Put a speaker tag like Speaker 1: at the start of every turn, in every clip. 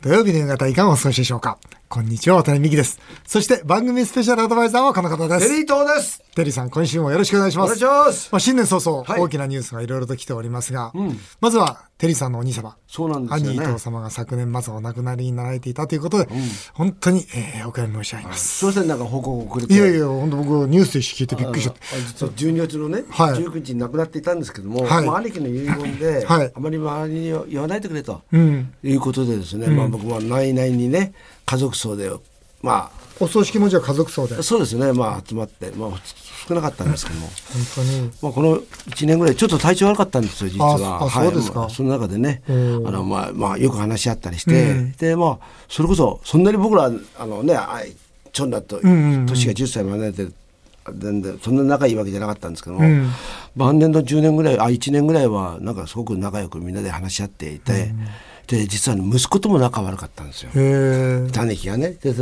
Speaker 1: 土曜日の夕方いかがお過ごしでしょうかこんにちは、渡辺美希です。そして番組スペシャルアドバイザーはこの方です。
Speaker 2: テリー東です。
Speaker 1: テリーさん、今週もよろしくお願いします。
Speaker 2: お願いします。
Speaker 1: まあ、新年早々、はい、大きなニュースがいろいろと来ておりますが、うん、まずは、テリーさんのお兄様。
Speaker 2: そうなんです
Speaker 1: ね。兄伊藤様が昨年末お亡くなりになられていたということで、うん、本当に、えー、お悔やみ申し上げます。
Speaker 2: すみません、なんか報告をくれて。
Speaker 1: いやいや、本当僕、ニュースで聞いてびっくりしちゃって。
Speaker 2: 実は12月のね、はい、19日に亡くなっていたんですけども、はい、も兄貴の遺言で、はい、あまり周りに言わないでくれと、うん、いうことでですね、うん、まあ僕は内々にね、家族葬で、まあ、
Speaker 1: お葬式もじゃ家族葬で
Speaker 2: そうですね、まあ、集まって、まあ、少なかったんですけども
Speaker 1: 本当に、
Speaker 2: まあ、この1年ぐらいちょっと体調悪かったんですよ実は
Speaker 1: あそうですか、
Speaker 2: はい、まあ、その中でねあの、まあまあ、よく話し合ったりして、うん、でまあそれこそそんなに僕らあのねちょんだと年が10歳離れて全然そんな仲いいわけじゃなかったんですけども、うん、晩年の10年ぐらいあ1年ぐらいはなんかすごく仲良くみんなで話し合っていて。うんで実は、ね、息子とも仲悪かったんですよ。種木がね。
Speaker 1: 息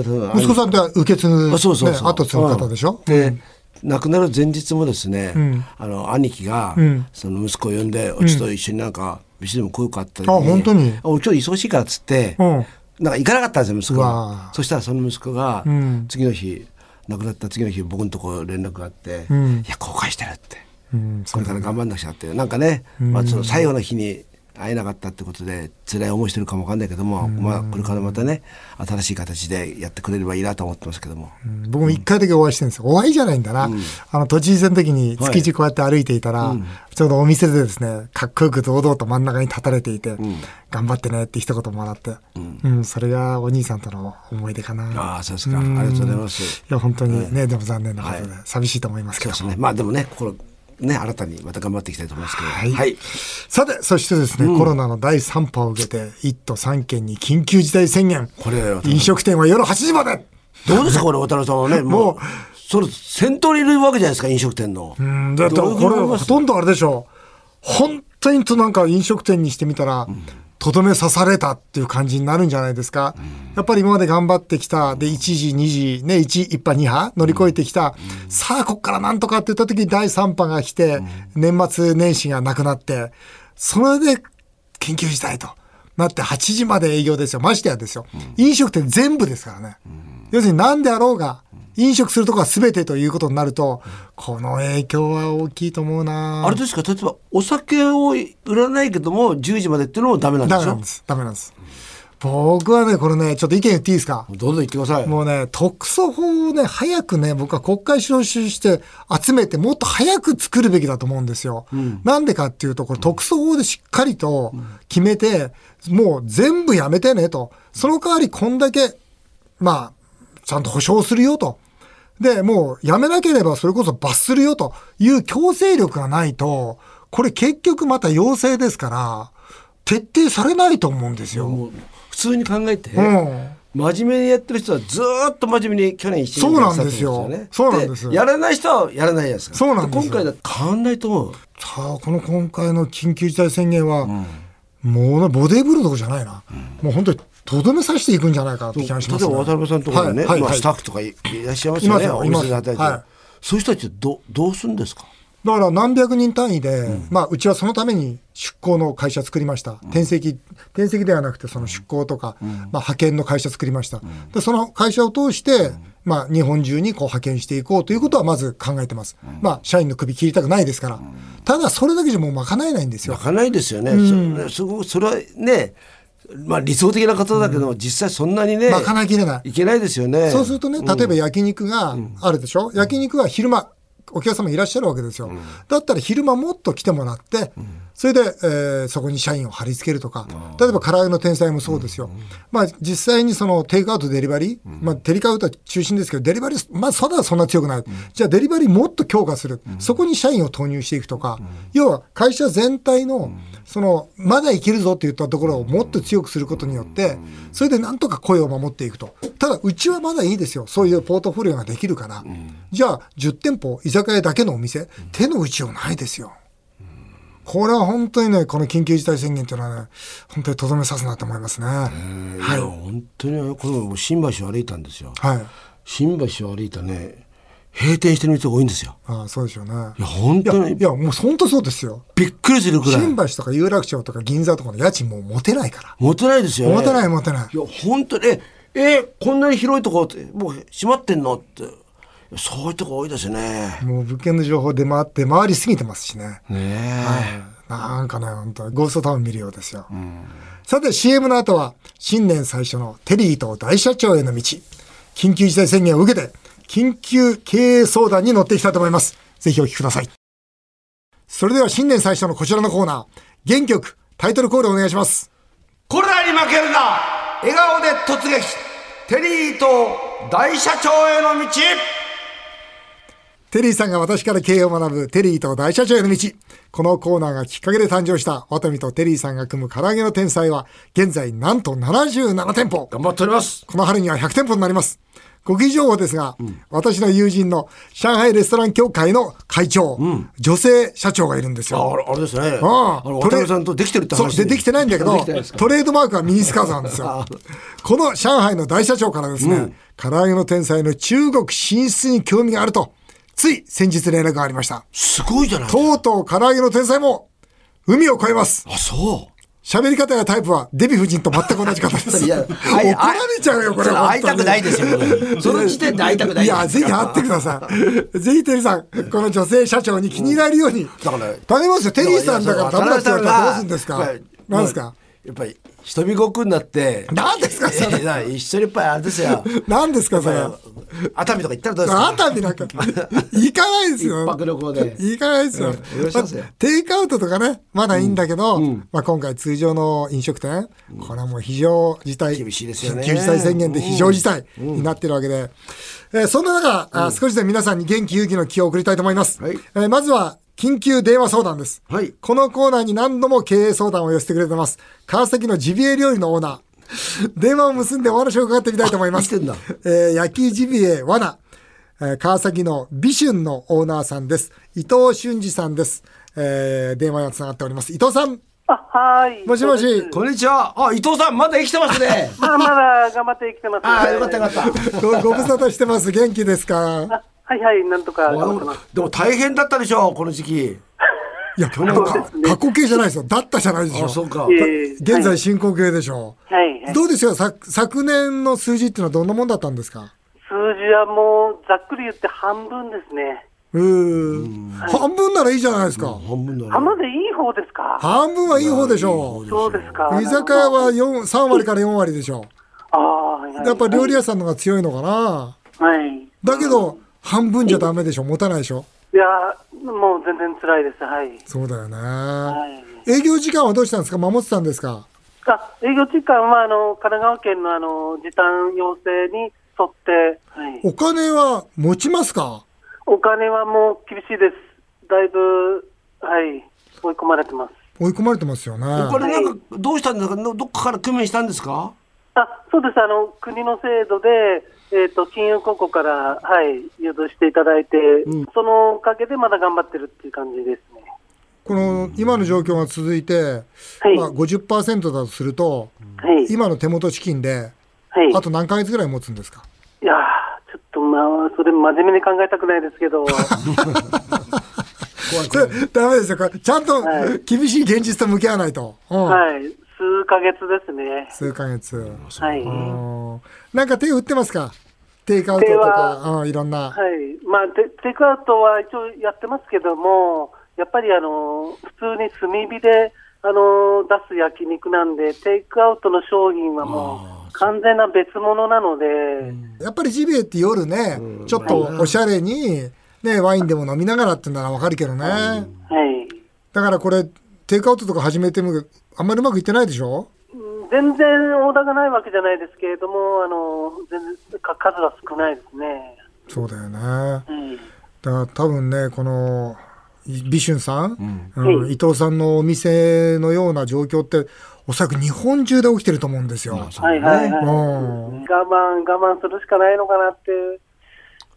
Speaker 1: 子さんって受け継ぐ、ね、
Speaker 2: そうそうそう
Speaker 1: 後継ぐ方でしょ、
Speaker 2: うん、で、亡くなる前日もですね、うん、あの兄貴が、うん、その息子を呼んで、うちと一緒になんか飯でも食うかって、
Speaker 1: あ本当に
Speaker 2: 俺今日忙しいからっつって、なんか行かなかったんですよ息子が。そしたらその息子が、次の日亡くなった次の日僕のとこ連絡があって「いや後悔してる」って、これから頑張んなくちゃ」ってなんかね、まあ、その最後の日に会えなかったってことで辛い思いしてるかもわかんないけども、まあ、これからまたね新しい形でやってくれればいいなと思ってますけども、
Speaker 1: 僕も一回だけお会いしてるんですよお会いじゃないんだな、うん、あの都知事選の時に築地こうやって歩いていたら、はいうん、ちょうどお店でですねかっこよく堂々と真ん中に立たれていて、うん、頑張ってねって一言もらって、うんそれがお兄さんとの思い出かな
Speaker 2: あそうですか、ありがとうございます
Speaker 1: いや本当にね、はい、でも残念なことで、寂しいと思いますけど、
Speaker 2: はいね、まあでもね心ね、新たにまた頑張っていきたいと思いますけど。
Speaker 1: はい。はい、さて、そしてですね、うん、コロナの第3波を受けて、1都3県に緊急事態宣言。
Speaker 2: これ、
Speaker 1: 飲食店は夜8時まで
Speaker 2: どうですか、これ、渡辺さん はね。もう、それ、先頭にいるわけじゃないですか、飲食店の。
Speaker 1: うん、だって、これ、ほとんどあれでしょう。本当にとなんか飲食店にしてみたら、うんとどめ刺されたっていう感じになるんじゃないですか。やっぱり今まで頑張ってきた、で、1時、2時、ね、1、1波、2波乗り越えてきた、うん、さあ、こっからなんとかって言った時に第3波が来て、うん、年末年始がなくなって、それで緊急事態となって8時まで営業ですよ。ましてやですよ。飲食店全部ですからね。うん、要するに何であろうが、飲食するとこは全てということになると、この影響は大きいと思うな
Speaker 2: あれですか、例えばお酒を売らないけども、10時までっていうのもダメなんです
Speaker 1: よダメなんです。ダメなんです。僕はね、これね、ちょっと意見言っていいですか
Speaker 2: どうぞ言ってください。
Speaker 1: もうね、特措法をね、早くね、僕は国会招集して集めて、もっと早く作るべきだと思うんですよ。うん、なんでかっていうと、これ特措法でしっかりと決めて、もう全部やめてねと。その代わりこんだけ、まあ、ちゃんと保証するよと。で、もうやめなければそれこそ罰するよという強制力がないと、これ結局また要請ですから、徹底されないと思うんですよ。
Speaker 2: 普通に考えて、うん、真面目にやってる人はずっと真面目に去年1年
Speaker 1: そうなんですよ。そうなんです
Speaker 2: やらない人はやらないやつ
Speaker 1: そうなんです
Speaker 2: 今回だ変わんないと思う。
Speaker 1: さあ、この今回の緊急事態宣言は、うん、もうボディーブルドじゃないな。うん、もう本当にとどめさしていくんじゃないか、ね、例えば渡
Speaker 2: 辺さんとかね、はいはい、スタッフとかいらっしゃいますよね、お店で働いて、はい、そういう人たちどどうするんですか
Speaker 1: だから何百人単位で、うん、まあ、うちはそのために出向の会社作りました、転籍、転籍ではなくて、その出向とか、うん、まあ、派遣の会社作りました、うん、でその会社を通して、まあ、日本中にこう派遣していこうということはまず考えてます、まあ、社員の首切りたくないですから、ただそれだけじゃもう賄えないんですよ。
Speaker 2: 賄えですよね、うん、すごそれはねまあ理想的な方だけど、うん、実際そんなにね、。
Speaker 1: まかなきれない
Speaker 2: いけないですよね。、
Speaker 1: そうするとね、例えば焼肉があるでしょ、うん、焼肉は昼間、お客様いらっしゃるわけですよ。うん、だったら昼間もっと来てもらって、それで、えー、そこに社員を貼り付けるとか、例えば唐揚げの天才もそうですよ。まあ実際にそのテイクアウト、デリバリー、まあテリカウトは中心ですけど、デリバリー、まあそれはそんな強くない。じゃあデリバリーもっと強化する。そこに社員を投入していくとか、要は会社全体の、その、まだいけるぞって言ったところをもっと強くすることによって、それでなんとか声を守っていくと。ただ、うちはまだいいですよ。そういうポートフォリオができるから。じゃあ、10店舗、居酒屋だけのお店、手の内はないですよ。これは本当にね、この緊急事態宣言というのはね、本当にとどめさすなと思いますね。はい
Speaker 2: 本当に、この新橋を歩いたんですよ。
Speaker 1: はい、
Speaker 2: 新橋を歩いたね、閉店してる店が多いんですよ。
Speaker 1: ああ、そうでしょうね。
Speaker 2: いや、本当に。
Speaker 1: いや、もう本当そうですよ。
Speaker 2: びっくりするくらい。
Speaker 1: 新橋とか有楽町とか銀座とかの家賃もう持てないから。
Speaker 2: 持てないですよ、ね、。
Speaker 1: 持てない持てない
Speaker 2: いや、本当に、え、え、こんなに広いとこ、もう閉まってんのって。そういうとこ多いですね。
Speaker 1: もう物件の情報出回って回りすぎてますしね。
Speaker 2: ね
Speaker 1: え、はい。なんかね、本当ゴーストタウン見るようですよ。うん、さて CM の後は、新年最初のテリーと大社長への道。緊急事態宣言を受けて、緊急経営相談に乗っていきたいと思います。ぜひお聞きください。それでは新年最初のこちらのコーナー、原曲、タイトルコールお願いします。
Speaker 3: コロナに負けるな笑顔で突撃テリーと大社長への道
Speaker 1: テリーさんが私から経営を学ぶテリーと大社長への道。このコーナーがきっかけで誕生した、ワタミとテリーさんが組む唐揚げの天才は、現在なんと77店舗。
Speaker 2: 頑張っております。
Speaker 1: この春には100店舗になります。ご記事情報ですが、うん、私の友人の上海レストラン協会の会長、うん、女性社長がいるんですよ。
Speaker 2: ああれですね。ああ、トレーさんとできてるって
Speaker 1: 話そうで、できてないんだけど、トレードマークはミニスカートなんです よ。この上海の大社長からですね、うん、唐揚げの天才の中国進出に興味があると、つい先日連絡がありました。
Speaker 2: すごいじゃない
Speaker 1: とうとう唐揚げの天才も、海を越えます。
Speaker 2: あ、そう。
Speaker 1: 喋り方やタイプはデヴィ夫人と全く同じ方です。いや、怒られちゃうよ、これ。
Speaker 2: 会いたくないですよ。 その時点で会いたくない
Speaker 1: いや、ぜひ会ってください。 ぜひテリーさん、この女性社長に気に入られるように。だから、頼みますよ。テリーさんだからダメだって言われたらどうするんですか何ですか
Speaker 2: やっぱり、人見ごくになって。
Speaker 1: 何ですか、それ。
Speaker 2: 一緒にいっぱいあれですよ。
Speaker 1: 何ですか、それ。
Speaker 2: 熱海とか行ったらどうですか
Speaker 1: 熱海なんか、行かないですよ。
Speaker 2: 一泊旅行で。
Speaker 1: 行かないですよ。テイクアウトとかね、まだいいんだけど、まあ今回通常の飲食店、これはもう非常事態。
Speaker 2: 厳しいですよね。
Speaker 1: 緊急事態宣言で非常事態になってるわけで。えそんな中、少しで皆さんに元気勇気の気を送りたいと思います。えまずは、緊急電話相談です。
Speaker 2: はい。
Speaker 1: このコーナーに何度も経営相談を寄せてくれてます。川崎のジビエ料理のオーナー、電話を結んでお話を伺ってみたいと思います。
Speaker 2: え
Speaker 1: ー、焼きジビエ罠、えー、川崎の美春のオーナーさんです。伊藤俊二さんです。えー、電話がつながっております。伊藤さん。
Speaker 4: はい。
Speaker 1: もしもし。
Speaker 2: こんにちは。あ、伊藤さん、まだ生きてますね。
Speaker 4: まあ、まだ頑張って生きてます、ね。
Speaker 2: あ、よかったよかった。
Speaker 1: ごご無沙汰してます。元気ですか
Speaker 4: はいはい、なんとか頑張ってます。
Speaker 2: でも大変だったでしょう、この時期。
Speaker 1: いや、去年か、過去形じゃないですよ。だったじゃないでしょ。
Speaker 2: あ、そうか。
Speaker 1: 現在進行形でし
Speaker 4: ょう。はい。
Speaker 1: どうですよ、昨、昨年の数字っていうのはどんなもんだったんですか
Speaker 4: 数字はもう、ざっくり言って半分ですね。
Speaker 1: うん。半分ならいいじゃないですか。
Speaker 2: 半分なら。
Speaker 4: 半分でいい方ですか
Speaker 1: 半分はいい方でしょ
Speaker 4: う。そうですか。
Speaker 1: 居酒屋は3割から4割でしょう。
Speaker 4: ああ、
Speaker 1: やっぱ料理屋さんのが強いのかな。
Speaker 4: はい。
Speaker 1: だけど、半分じゃダメでしょ持たないでしょ
Speaker 4: いやもう全然辛いですはい
Speaker 1: そうだよね、はい、営業時間はどうしたんですか守ってたんですか
Speaker 4: あ営業時間はあの神奈川県のあの時短要請に沿って、はい、
Speaker 1: お金は持ちますか
Speaker 4: お金はもう厳しいですだいぶはい追い込まれてます
Speaker 1: 追い込まれてますよね
Speaker 2: これなんかどうしたんですかどっかから工面したんですか
Speaker 4: あそうですあの国の制度でえーと、と金融高校から、はい、誘導していただいて、うん、そのおかげでまだ頑張ってるっていう感じですね。
Speaker 1: この今の状況が続いて、はい、まあ50%だとすると、
Speaker 4: はい、
Speaker 1: 今の手元資金で、
Speaker 4: はい、
Speaker 1: あと何ヶ月ぐらい持つんですか
Speaker 4: いやちょっとまあ、それ真面目に考えたくないですけ ど。
Speaker 1: だめですよ、ちゃんと厳しい現実と向き合わないと。
Speaker 4: うん、はい数ヶ月ですね。
Speaker 1: 数ヶ月。
Speaker 4: はい。
Speaker 1: なんか手打ってますかテイクアウトとか、いろんな。
Speaker 4: はい。まあテ、テイクアウトは一応やってますけども、やっぱりあの、普通に炭火で、あの、出す焼肉なんで、テイクアウトの商品はもう、完全な別物なので。。
Speaker 1: やっぱりジビエって夜ね、ちょっとおしゃれに、ね、ワインでも飲みながらってならわかるけどね。はいだからこれ、テイクアウトとか始めても、あんまりうまくいってないでしょ
Speaker 4: 全然オーダーがないわけじゃないですけれども、あの全然か数は少ないですね。
Speaker 1: そうだよね。
Speaker 4: うん、
Speaker 1: だから多分ね、この美春さん、うんうん、伊藤さんのお店のような状況って、おそらく日本中で起きてると思うんですよ。
Speaker 4: はいはいはい。うん、我慢、我慢するしかないのかなって。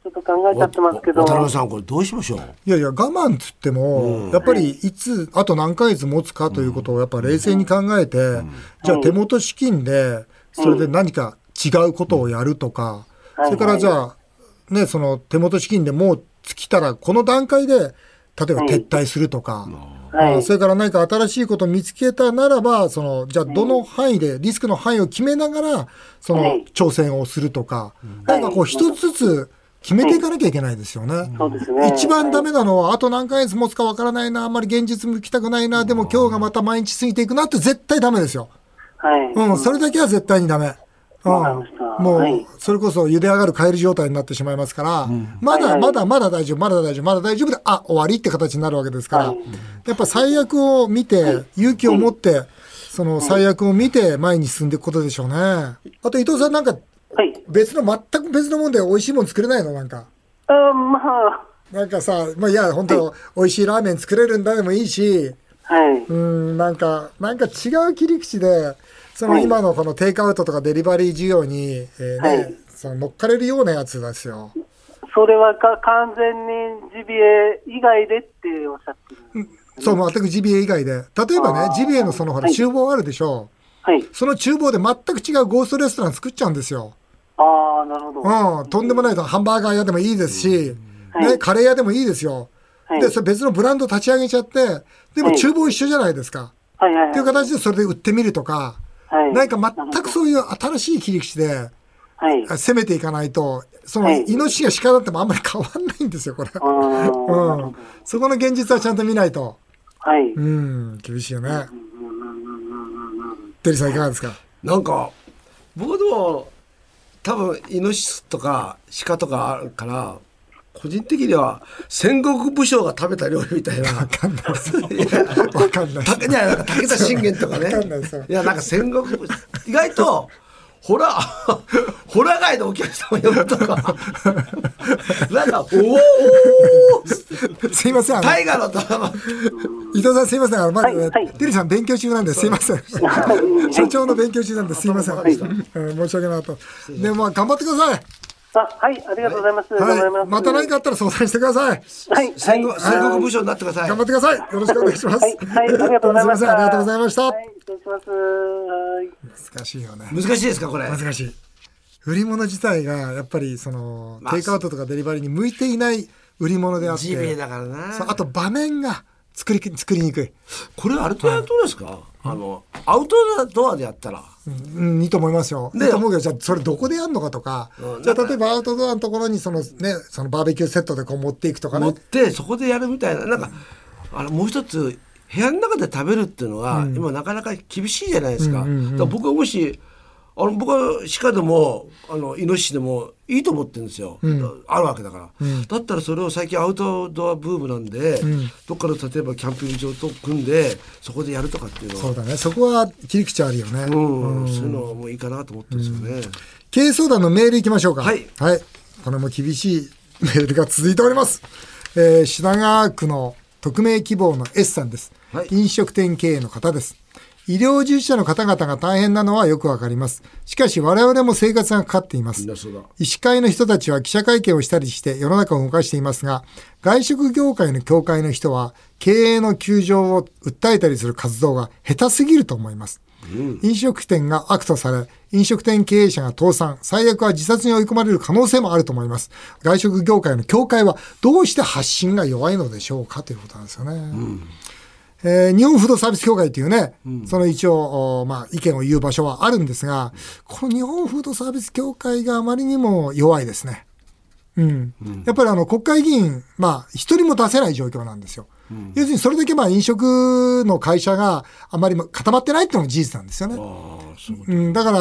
Speaker 4: ちょっと考えちゃってますけど。
Speaker 2: 渡辺さん、これどうしましょう
Speaker 1: いやいや、我慢つっても、うん、やっぱりいつ、あと何ヶ月持つかということをやっぱ冷静に考えて、うん、じゃあ手元資金で、それで何か違うことをやるとか、うん、それからじゃあ、ね、その手元資金でもう尽きたら、この段階で、例えば撤退するとか、
Speaker 4: はい
Speaker 1: あそれから何か新しいことを見つけたならば、その、じゃあどの範囲で、リスクの範囲を決めながら、そ
Speaker 4: は
Speaker 1: の
Speaker 4: い、
Speaker 1: 挑戦をするとか、
Speaker 4: はい
Speaker 1: なんかこう、一つずつ決めていかなきゃいけないですよね。
Speaker 4: そうですね。
Speaker 1: 一番ダメなのは、あと何ヶ月持つかわからないな、あんまり現実向きたくないな、でも今日がまた毎日過ぎていくなって絶対ダメですよ。
Speaker 4: はい。
Speaker 1: うん、それだけは絶対にダメ。うん
Speaker 4: わかりました
Speaker 1: も、
Speaker 4: はいう
Speaker 1: それこそ茹で上がるカエル状態になってしまいますから、ま
Speaker 4: はい
Speaker 1: だ
Speaker 4: はい
Speaker 1: まだまだ大丈夫、まだ大丈夫、まだ大丈夫で、あ、終わりって形になるわけですから
Speaker 4: はい、
Speaker 1: やっぱ最悪を見て、勇気を持って、その最悪を見て前に進んでいくことでしょうね。あと伊藤さんなんか
Speaker 4: はい。
Speaker 1: 別の、全く別のもんで美味しいもん作れないのなんか。
Speaker 4: あまあ、
Speaker 1: なんかさ、まあ、いや、本当、美味しいラーメン作れるんだでもいいし、
Speaker 4: はい。
Speaker 1: うん、なんか、なんか違う切り口で、その
Speaker 4: はい
Speaker 1: 今のこのテイクアウトとかデリバリー需要に、えーね
Speaker 4: はい
Speaker 1: その乗っかれるようなやつですよ。
Speaker 4: それはか完全にジビエ以外でっておっしゃってる。
Speaker 1: そう、全くジビエ以外で。例えば
Speaker 4: あ
Speaker 1: ね
Speaker 4: ー、
Speaker 1: ジビエのそのほら、
Speaker 4: はい
Speaker 1: 厨房あるでしょ
Speaker 4: はい。
Speaker 1: その厨房で全く違うゴーストレストラン作っちゃうんですよ。
Speaker 4: ああ、なるほど。
Speaker 1: うん、とんでもないと、ハンバーガー屋でもいいですし、
Speaker 4: はい
Speaker 1: ね、カレー屋でもいいですよ。
Speaker 4: はい
Speaker 1: で、それ別のブランド立ち上げちゃって、でも
Speaker 4: はい
Speaker 1: 厨房一緒じゃないですか。
Speaker 4: はいはいはい。
Speaker 1: っていう形でそれで売ってみるとか、
Speaker 4: はい。
Speaker 1: なんか全く
Speaker 4: う。
Speaker 1: そういう新しい切り口で
Speaker 4: はい。
Speaker 1: あ攻めていかないと、その
Speaker 4: はい
Speaker 1: イノシシが鹿だってもあんまり変わんないんですよ、これ。う
Speaker 4: あ
Speaker 1: ん。そこの現実はちゃんと見ないと。
Speaker 4: あ、はい。
Speaker 1: うん、厳しいよね。テリーさんいかがです か
Speaker 2: なんか僕でも多分イノシシとか鹿とかあるから個人的には戦国武将が食べた料理みたいな。 わ
Speaker 1: かんないわかんない
Speaker 2: たいやなんか武田信玄とかね
Speaker 1: わかんないです。
Speaker 2: いやなんか戦国武意外とホラー ホラー街でお客さんを呼ぶと かなんかおーおー
Speaker 1: すいません。あの
Speaker 2: 大河のドラマ
Speaker 1: 伊藤さんすいません。あのま
Speaker 4: はい
Speaker 1: ず
Speaker 4: はい、
Speaker 1: テリーさん勉強中なんですいません。所長の勉強中なんですいません。
Speaker 4: はい
Speaker 1: うん申し訳なかった。でもまあ頑張ってください。
Speaker 4: あ、はい。ありがとうございます。
Speaker 1: はい。また何かあったら相談してください。
Speaker 4: はい。
Speaker 2: 戦国戦国武
Speaker 4: 将。
Speaker 2: 将になってください
Speaker 1: 頑張。ってください。よろしくお願いします。
Speaker 4: はい。はい。ありがとうございまし
Speaker 1: すませ
Speaker 4: た。
Speaker 1: んありがとうございました。
Speaker 4: はい。失礼します。はい。
Speaker 1: 難しいよね。
Speaker 2: 難しいですかこれ。
Speaker 1: 難しい。売り物自体がやっぱりその、
Speaker 2: まあ
Speaker 1: テイクアウトとかデリバリーに向いていない売り物であって。
Speaker 2: ジビエだからな。
Speaker 1: そうあと場面が作り作りにくい。
Speaker 2: これあれとやるとですか、あのアウトドアでやったら、
Speaker 1: うん、いいと思いますよ。いい
Speaker 2: ね
Speaker 1: と思うけど、じゃあそれどこでやるのかとか、
Speaker 2: うん
Speaker 1: じゃあ
Speaker 2: なんか
Speaker 1: 例えばアウトドアのところにそのね、そのバーベキューセットでこう持っていくとか
Speaker 2: 持
Speaker 1: ね
Speaker 2: っ。てそこでやるみたいななんかあのもう一つ部屋の中で食べるっていうのは、今なかなか厳しいじゃないですか,、だから僕はもしあの僕は鹿でもあのイノシシでもいいと思ってるんですよ、あるわけだから、だったらそれを最近アウトドアブームなんで、どっかの例えばキャンピング場と組んでそこでやるとかっていうの
Speaker 1: そ
Speaker 2: は
Speaker 1: うだね。そこは切り口あるよね。
Speaker 2: うんそういうのはもういいかなと思ってるんですよね、
Speaker 1: 経営相談のメールいきましょうか。
Speaker 2: はい
Speaker 1: これも厳しいメールが続いております。えー品川区の匿名希望の S さんです。
Speaker 2: はい
Speaker 1: 飲食店経営の方です。医療従事者の方々が大変なのはよくわかります。しかし我々も生活がかかっています
Speaker 2: みん。なそうだ
Speaker 1: 医師会の人たちは記者会見をしたりして世の中を動かしていますが、外食業界の協会の人は経営の窮状を訴えたりする活動が下手すぎると思います。飲食店が悪とされ、飲食店経営者が倒産、最悪は自殺に追い込まれる可能性もあると思います。外食業界の協会はどうして発信が弱いのでしょうかということなんですよね。えー日本不動サービス協会というね、その一応、おまあ、意見を言う場所はあるんですが、この日本フードサービス協会があまりにも弱いですね。うん。やっぱりあの、国会議員、まあ、一人も出せない状況なんですよ。要するに、それだけまあ、飲食の会社があまり固まってないっていうのも事実なんですよね。うん、だか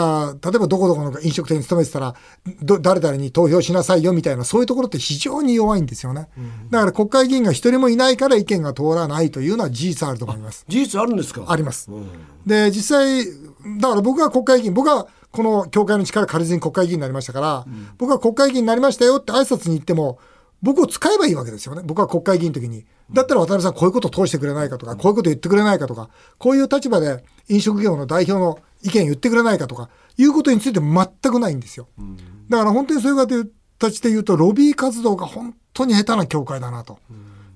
Speaker 1: ら、例えばどこどこの飲食店に勤めてたら、ど誰々に投票しなさいよみたいな、そういうところって非常に弱いんですよね。だから国会議員が一人もいないから意見が通らないというのは事実あると思います。
Speaker 2: 事実あるんですか
Speaker 1: あります。で、実際、だから僕は国会議員、僕はこの協会の力借りずに国会議員になりましたから、僕は国会議員になりましたよって挨拶に行っても、僕を使えばいいわけですよね。僕は国会議員の時に。だったら渡辺さんこういうこと通してくれないかとか、こういうこと言ってくれないかとか、こういう立場で飲食業の代表の意見言ってくれないかとか、いうことについて全くないんですよ。だから本当にそういう形で言うと、ロビー活動が本当に下手な協会だなと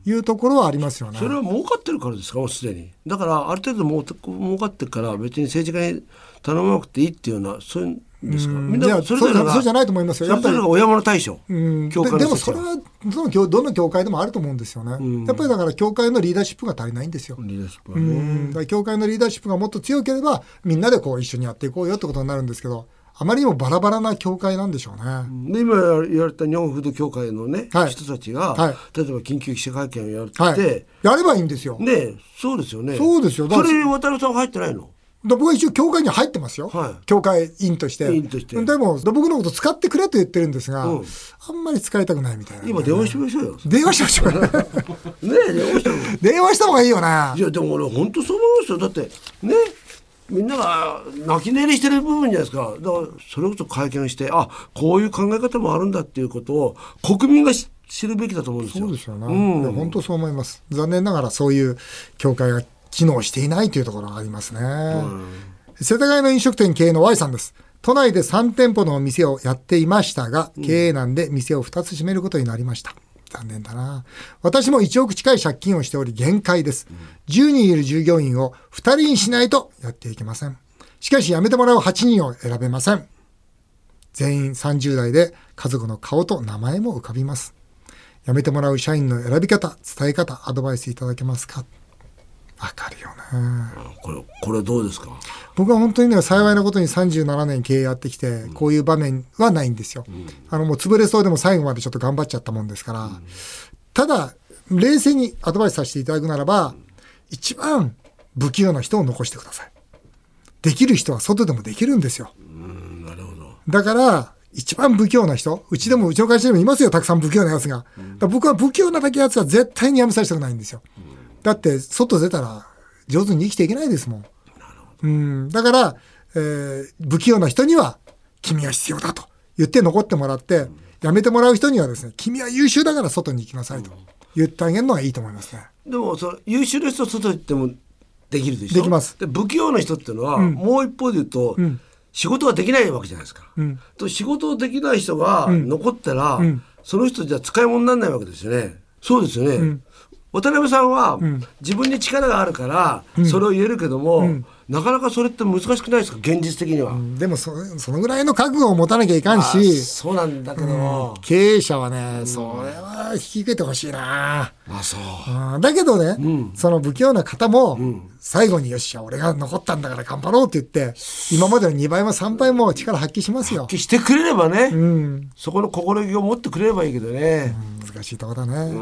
Speaker 1: いうところはありますよね。
Speaker 2: それは儲かってるからですかもうすでにだからある程度儲儲かってるから別に政治家に頼まなくていいっていうようなそういうですかみん
Speaker 1: いや
Speaker 2: なそ
Speaker 1: そう
Speaker 2: れぞれ
Speaker 1: じゃ
Speaker 2: が
Speaker 1: そうじゃないと思いますよ
Speaker 2: そ
Speaker 1: や
Speaker 2: れ
Speaker 1: っぱ
Speaker 2: ぞ
Speaker 1: り
Speaker 2: れがお山の大将
Speaker 1: うんで
Speaker 2: 教会の
Speaker 1: でもそ
Speaker 2: 人たち
Speaker 1: れ
Speaker 2: は
Speaker 1: はどの教どの教会でもあると思うんですよね、やっぱりだから教会のリーダーシップが足りないんですよ、
Speaker 2: リーダーシップは
Speaker 1: う
Speaker 2: ね
Speaker 1: んだから教会のリーダーシップがもっと強ければみんなでこう一緒にやっていこうよってことになるんですけどあまりにもバラバラな教会なんでしょうね、
Speaker 2: で今言われた日本フード協会のね、
Speaker 1: はい
Speaker 2: 人たちが、
Speaker 1: はい
Speaker 2: 例えば緊急記者会見をやって、
Speaker 1: はいやればいいんですよ、
Speaker 2: ねえそうですよね
Speaker 1: そうですよだ
Speaker 2: そ
Speaker 1: から
Speaker 2: れ渡辺さんは入ってないの
Speaker 1: で僕は一応教会には入ってますよ、
Speaker 2: はい
Speaker 1: 教会員として
Speaker 2: 委員として
Speaker 1: でもで僕のこと使ってくれと言ってるんですが、
Speaker 2: うん
Speaker 1: あんまり使いたくないみたいな、
Speaker 2: 今電話してみましょうよ
Speaker 1: 電話しましょう か
Speaker 2: ねえ電話しても
Speaker 1: 電話した方がいいよない
Speaker 2: やでも俺本当そう思いますよだってねみんなが泣き寝入りしてる部分じゃないですかだからそれこそ会見してあこういう考え方もあるんだっていうことを国民がし知るべきだと思うんですよ
Speaker 1: そうですよね、
Speaker 2: うん
Speaker 1: いや本当そう思います残念ながらそういう教会が機能していないというところがありますね、世田谷の飲食店経営の Y さんです都内で3店舗のお店をやっていましたが、経営難で店を2つ閉めることになりました残念だな私も1億近い借金をしており限界です、10人いる従業員を2人にしないとやっていけませんしかし辞めてもらう8人を選べません全員30代で家族の顔と名前も浮かびます辞めてもらう社員の選び方伝え方アドバイスいただけますかわかるよね
Speaker 2: これこれどうですか
Speaker 1: 僕は本当にね幸いなことに37年経営やってきてこういう場面はないんですよ、あのもう潰れそうでも最後までちょっと頑張っちゃったもんですから、ただ冷静にアドバイスさせていただくならば一番不器用な人を残してくださいできる人は外でもできるんですよ、
Speaker 2: なるほど
Speaker 1: だから、一番不器用な人、うちでも、うちの会社でもいますよ、たくさん不器用な奴が。だから僕は不器用なだけ奴は絶対にやめさせたくないんですよ。だって、外出たら、上手に生きていけないですもん。うん。だから、えー不器用な人には、君は必要だと言って残ってもらって、辞めてもらう人にはですね、君は優秀だから外に行きなさいと言ってあげるのがいいと思いますね。
Speaker 2: でもその優秀な人外行ってもできるでしょ
Speaker 1: できます
Speaker 2: で不器用な人っていうのは、もう一方で言うと、仕事ができないわけじゃないですか、と仕事できない人が残ったら、その人じゃ使い物にならないわけですよねそうですよね、渡辺さんは、自分に力があるから、それを言えるけども、なかなかそれって難しくないですか現実的には、
Speaker 1: でもそ、そのぐらいの覚悟を持たなきゃいかん
Speaker 2: あ
Speaker 1: し、
Speaker 2: そうなんだけども、
Speaker 1: 経営者はね、それは引き受けてほしいな
Speaker 2: あそう
Speaker 1: あーだけどね、その不器用な方も、最後によっしゃ、俺が残ったんだから頑張ろうって言って、今までの2倍も3倍も力発揮しますよ。
Speaker 2: してくれればね、
Speaker 1: うん、
Speaker 2: そこの心意気を持ってくれればいいけどね、
Speaker 1: 難しいとこだね、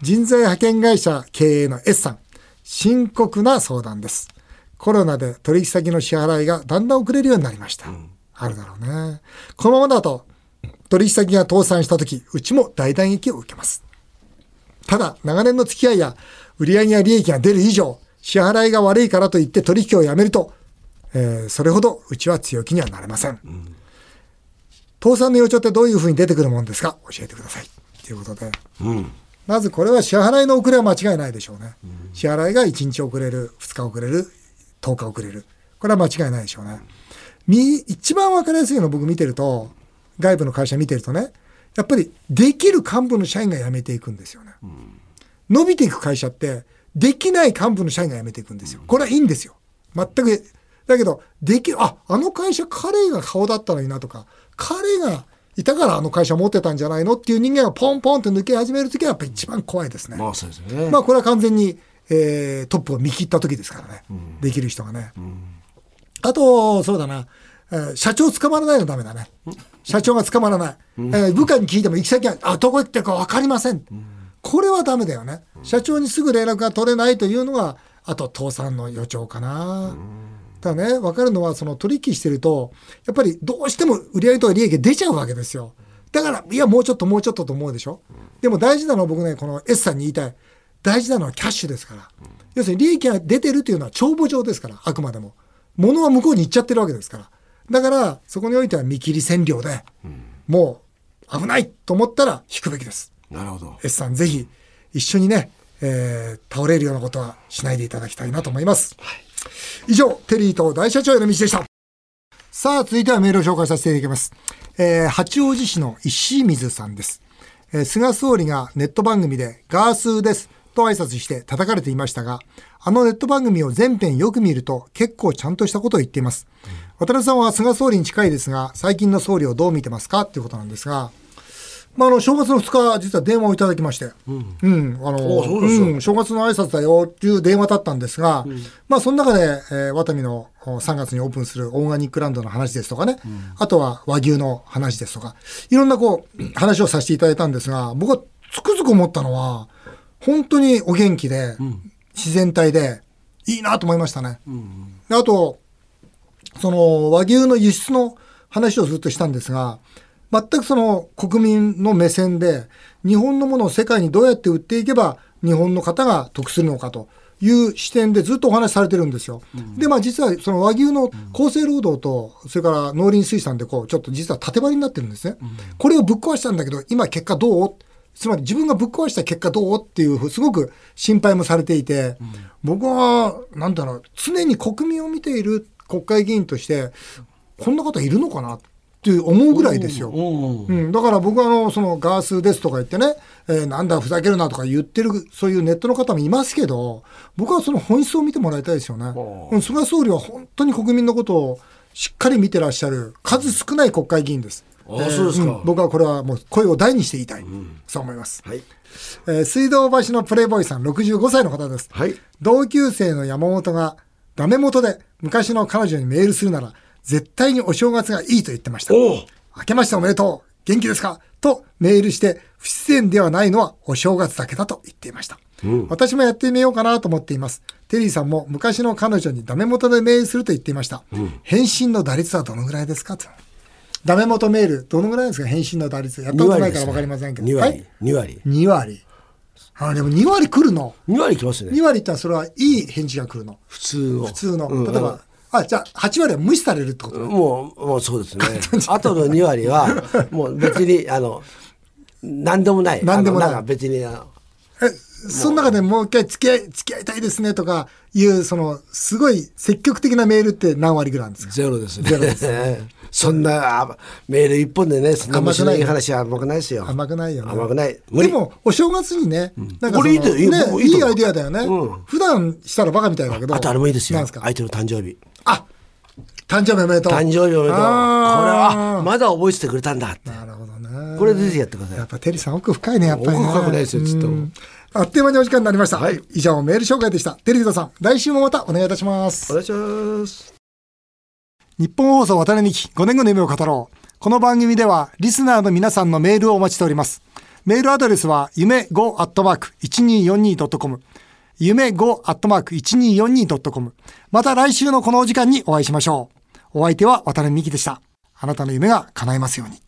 Speaker 1: 人材派遣会社経営の S さん、深刻な相談です。コロナで取引先の支払いがだんだん遅れるようになりました。あるだろうね。このままだと、取引先が倒産した時うちも大打撃を受けます。ただ、長年の付き合いや、売上や利益が出る以上、支払いが悪いからといって取引をやめると、えーそれほどうちは強気にはなれません。倒産の予兆ってどういうふうに出てくるもんですか教えてください。ということで。まずこれは支払いの遅れは間違いないでしょうね。支払いが1日遅れる、2日遅れる、10日遅れる。これは間違いないでしょうね。み一番わかりやすいの僕見てると、外部の会社見てるとね、やっぱりできる幹部の社員が辞めていくんですよね。伸びていく会社って、できない幹部の社員が辞めていくんですよ。これはいいんですよ。全く。だけど、できる、あ、あの会社彼が顔だったのになとか、彼がいたからあの会社持ってたんじゃないのっていう人間がポンポンって抜け始めるときはやっぱ一番怖いですね。
Speaker 2: まあそうですよね、
Speaker 1: まあこれは完全に、えートップを見切った時ですからね、できる人がね、あとそうだな、えー社長捕まらないのダメだね社長が捕まらない、えー部下に聞いても行き先はあどこ行ってるか分かりません、これはダメだよね社長にすぐ連絡が取れないというのがあと倒産の予兆かな、ただね、分かるのは、その取引してると、やっぱりどうしても売上とか利益が出ちゃうわけですよ。だから、いや、もうちょっと、もうちょっとと思うでしょ。でも大事なのは僕ね、この S さんに言いたい。大事なのはキャッシュですから。要するに利益が出てるというのは帳簿上ですから、あくまでも。物は向こうに行っちゃってるわけですから。だから、そこにおいては見切り線量で、もう危ないと思ったら引くべきです。
Speaker 2: なるほど
Speaker 1: S さん、ぜひ一緒にね、えー倒れるようなことはしないでいただきたいなと思います。以上、テリーと大社長への道でした。さあ、続いてはメールを紹介させていただきます。えー八王子市の石井水さんです。えー菅総理がネット番組でガースーです。と挨拶して叩かれていましたが、あのネット番組を全編よく見ると結構ちゃんとしたことを言っています。渡辺さんは菅総理に近いですが、最近の総理をどう見てますかということなんですが、まあ、あの正月の2日、実は電話をいただきまして、うん、うん、あのうん、正月の挨拶だよっていう電話だったんですが、うん、まあ、その中で、えー、ワタミの3月にオープンするオーガニックランドの話ですとかね、うん、あとは和牛の話ですとか、いろんなこう話をさせていただいたんですが、僕はつくづく思ったのは、本当にお元気で、自然体で、いいなと思いましたね。あと、その和牛の輸出の話をずっとしたんですが、全くその国民の目線で日本のものを世界にどうやって売っていけば日本の方が得するのかという視点でずっとお話しされてるんですよ。うん、でまあ実はその和牛の厚生労働とそれから農林水産でこうちょっと実は縦張りになってるんですね。うん、これをぶっ壊したんだけど今結果どうつまり自分がぶっ壊した結果どうっていうすごく心配もされていて、うん、僕はなんだろう常に国民を見ている国会議員としてこんな方いるのかなって思うぐらいですよ。うん、だから僕はあのそのガースですとか言ってね、えー、なんだふざけるなとか言ってるそういうネットの方もいますけど僕はその本質を見てもらいたいですよね。菅総理は本当に国民のことをしっかり見てらっしゃる数少ない国会議員です。
Speaker 2: えー、そうですか、
Speaker 1: うん、僕はこれはもう声を大にして言いたい、うん、そう思います、はいえー、水道橋のプレイボーイさん65歳の方です、はい、同級生の山本がダメ元で昔の彼女にメールするなら絶対にお正月がいいと言ってました。明けましておめでとう元気ですかとメールして、不自然ではないのはお正月だけだと言っていました。うん、私もやってみようかなと思っています。テリーさんも昔の彼女にダメ元でメールすると言っていました。うん、返信の打率はどのぐらいですかと。ダメ元メール、どのぐらいですか返信の打率。やったことないからわかりませんけど。
Speaker 2: 2割。2割。
Speaker 1: 2割。あでも2割来るの。
Speaker 2: 2割来ますね。
Speaker 1: 2割ってそれはいい返事が来るの。
Speaker 2: 普通の。
Speaker 1: 普通の。例えば、あ、じゃあ、8割は無視されるってこと
Speaker 2: もう、もうそうで すね。あとの2割は、もう別に、あの、何でもない。
Speaker 1: 何でもない。
Speaker 2: な別に、あの。
Speaker 1: え、その中でもう一回付き合い、付き合いたいですねとかいう、その、すごい積極的なメールって何割ぐらいなんですか
Speaker 2: ゼロですね。ゼロです ね。そんなメール一本でね、そんな面白い話は甘くないですよ。
Speaker 1: 甘くないよね。
Speaker 2: 甘くない。
Speaker 1: でも、お正月にね、
Speaker 2: なんかこれいい
Speaker 1: ね、いいアイディアだよね。普段したらバカみたいだけど。
Speaker 2: あとあれもいいですよ。相手の誕生日。
Speaker 1: あ誕生日おめでとう。
Speaker 2: 誕生日おめでとう。これは、まだ覚えててくれたんだって。
Speaker 1: なるほどね。
Speaker 2: これぜひやってください。
Speaker 1: やっぱテリーさん奥深いね、やっぱり、ね。
Speaker 2: 奥深くないですよ、ちょっと。
Speaker 1: あっという間にお時間になりました。はい、以上、メール紹介でした。テリーザさん、来週もまたお願いいたします。
Speaker 2: お願いします。
Speaker 1: 日本放送渡辺美希5年後の夢を語ろう。この番組では、リスナーの皆さんのメールをお待ちしております。メールアドレスは、夢 5-1242.com。夢 5-1242.com。また来週のこのお時間にお会いしましょう。お相手は渡辺美希でした。あなたの夢が叶いますように。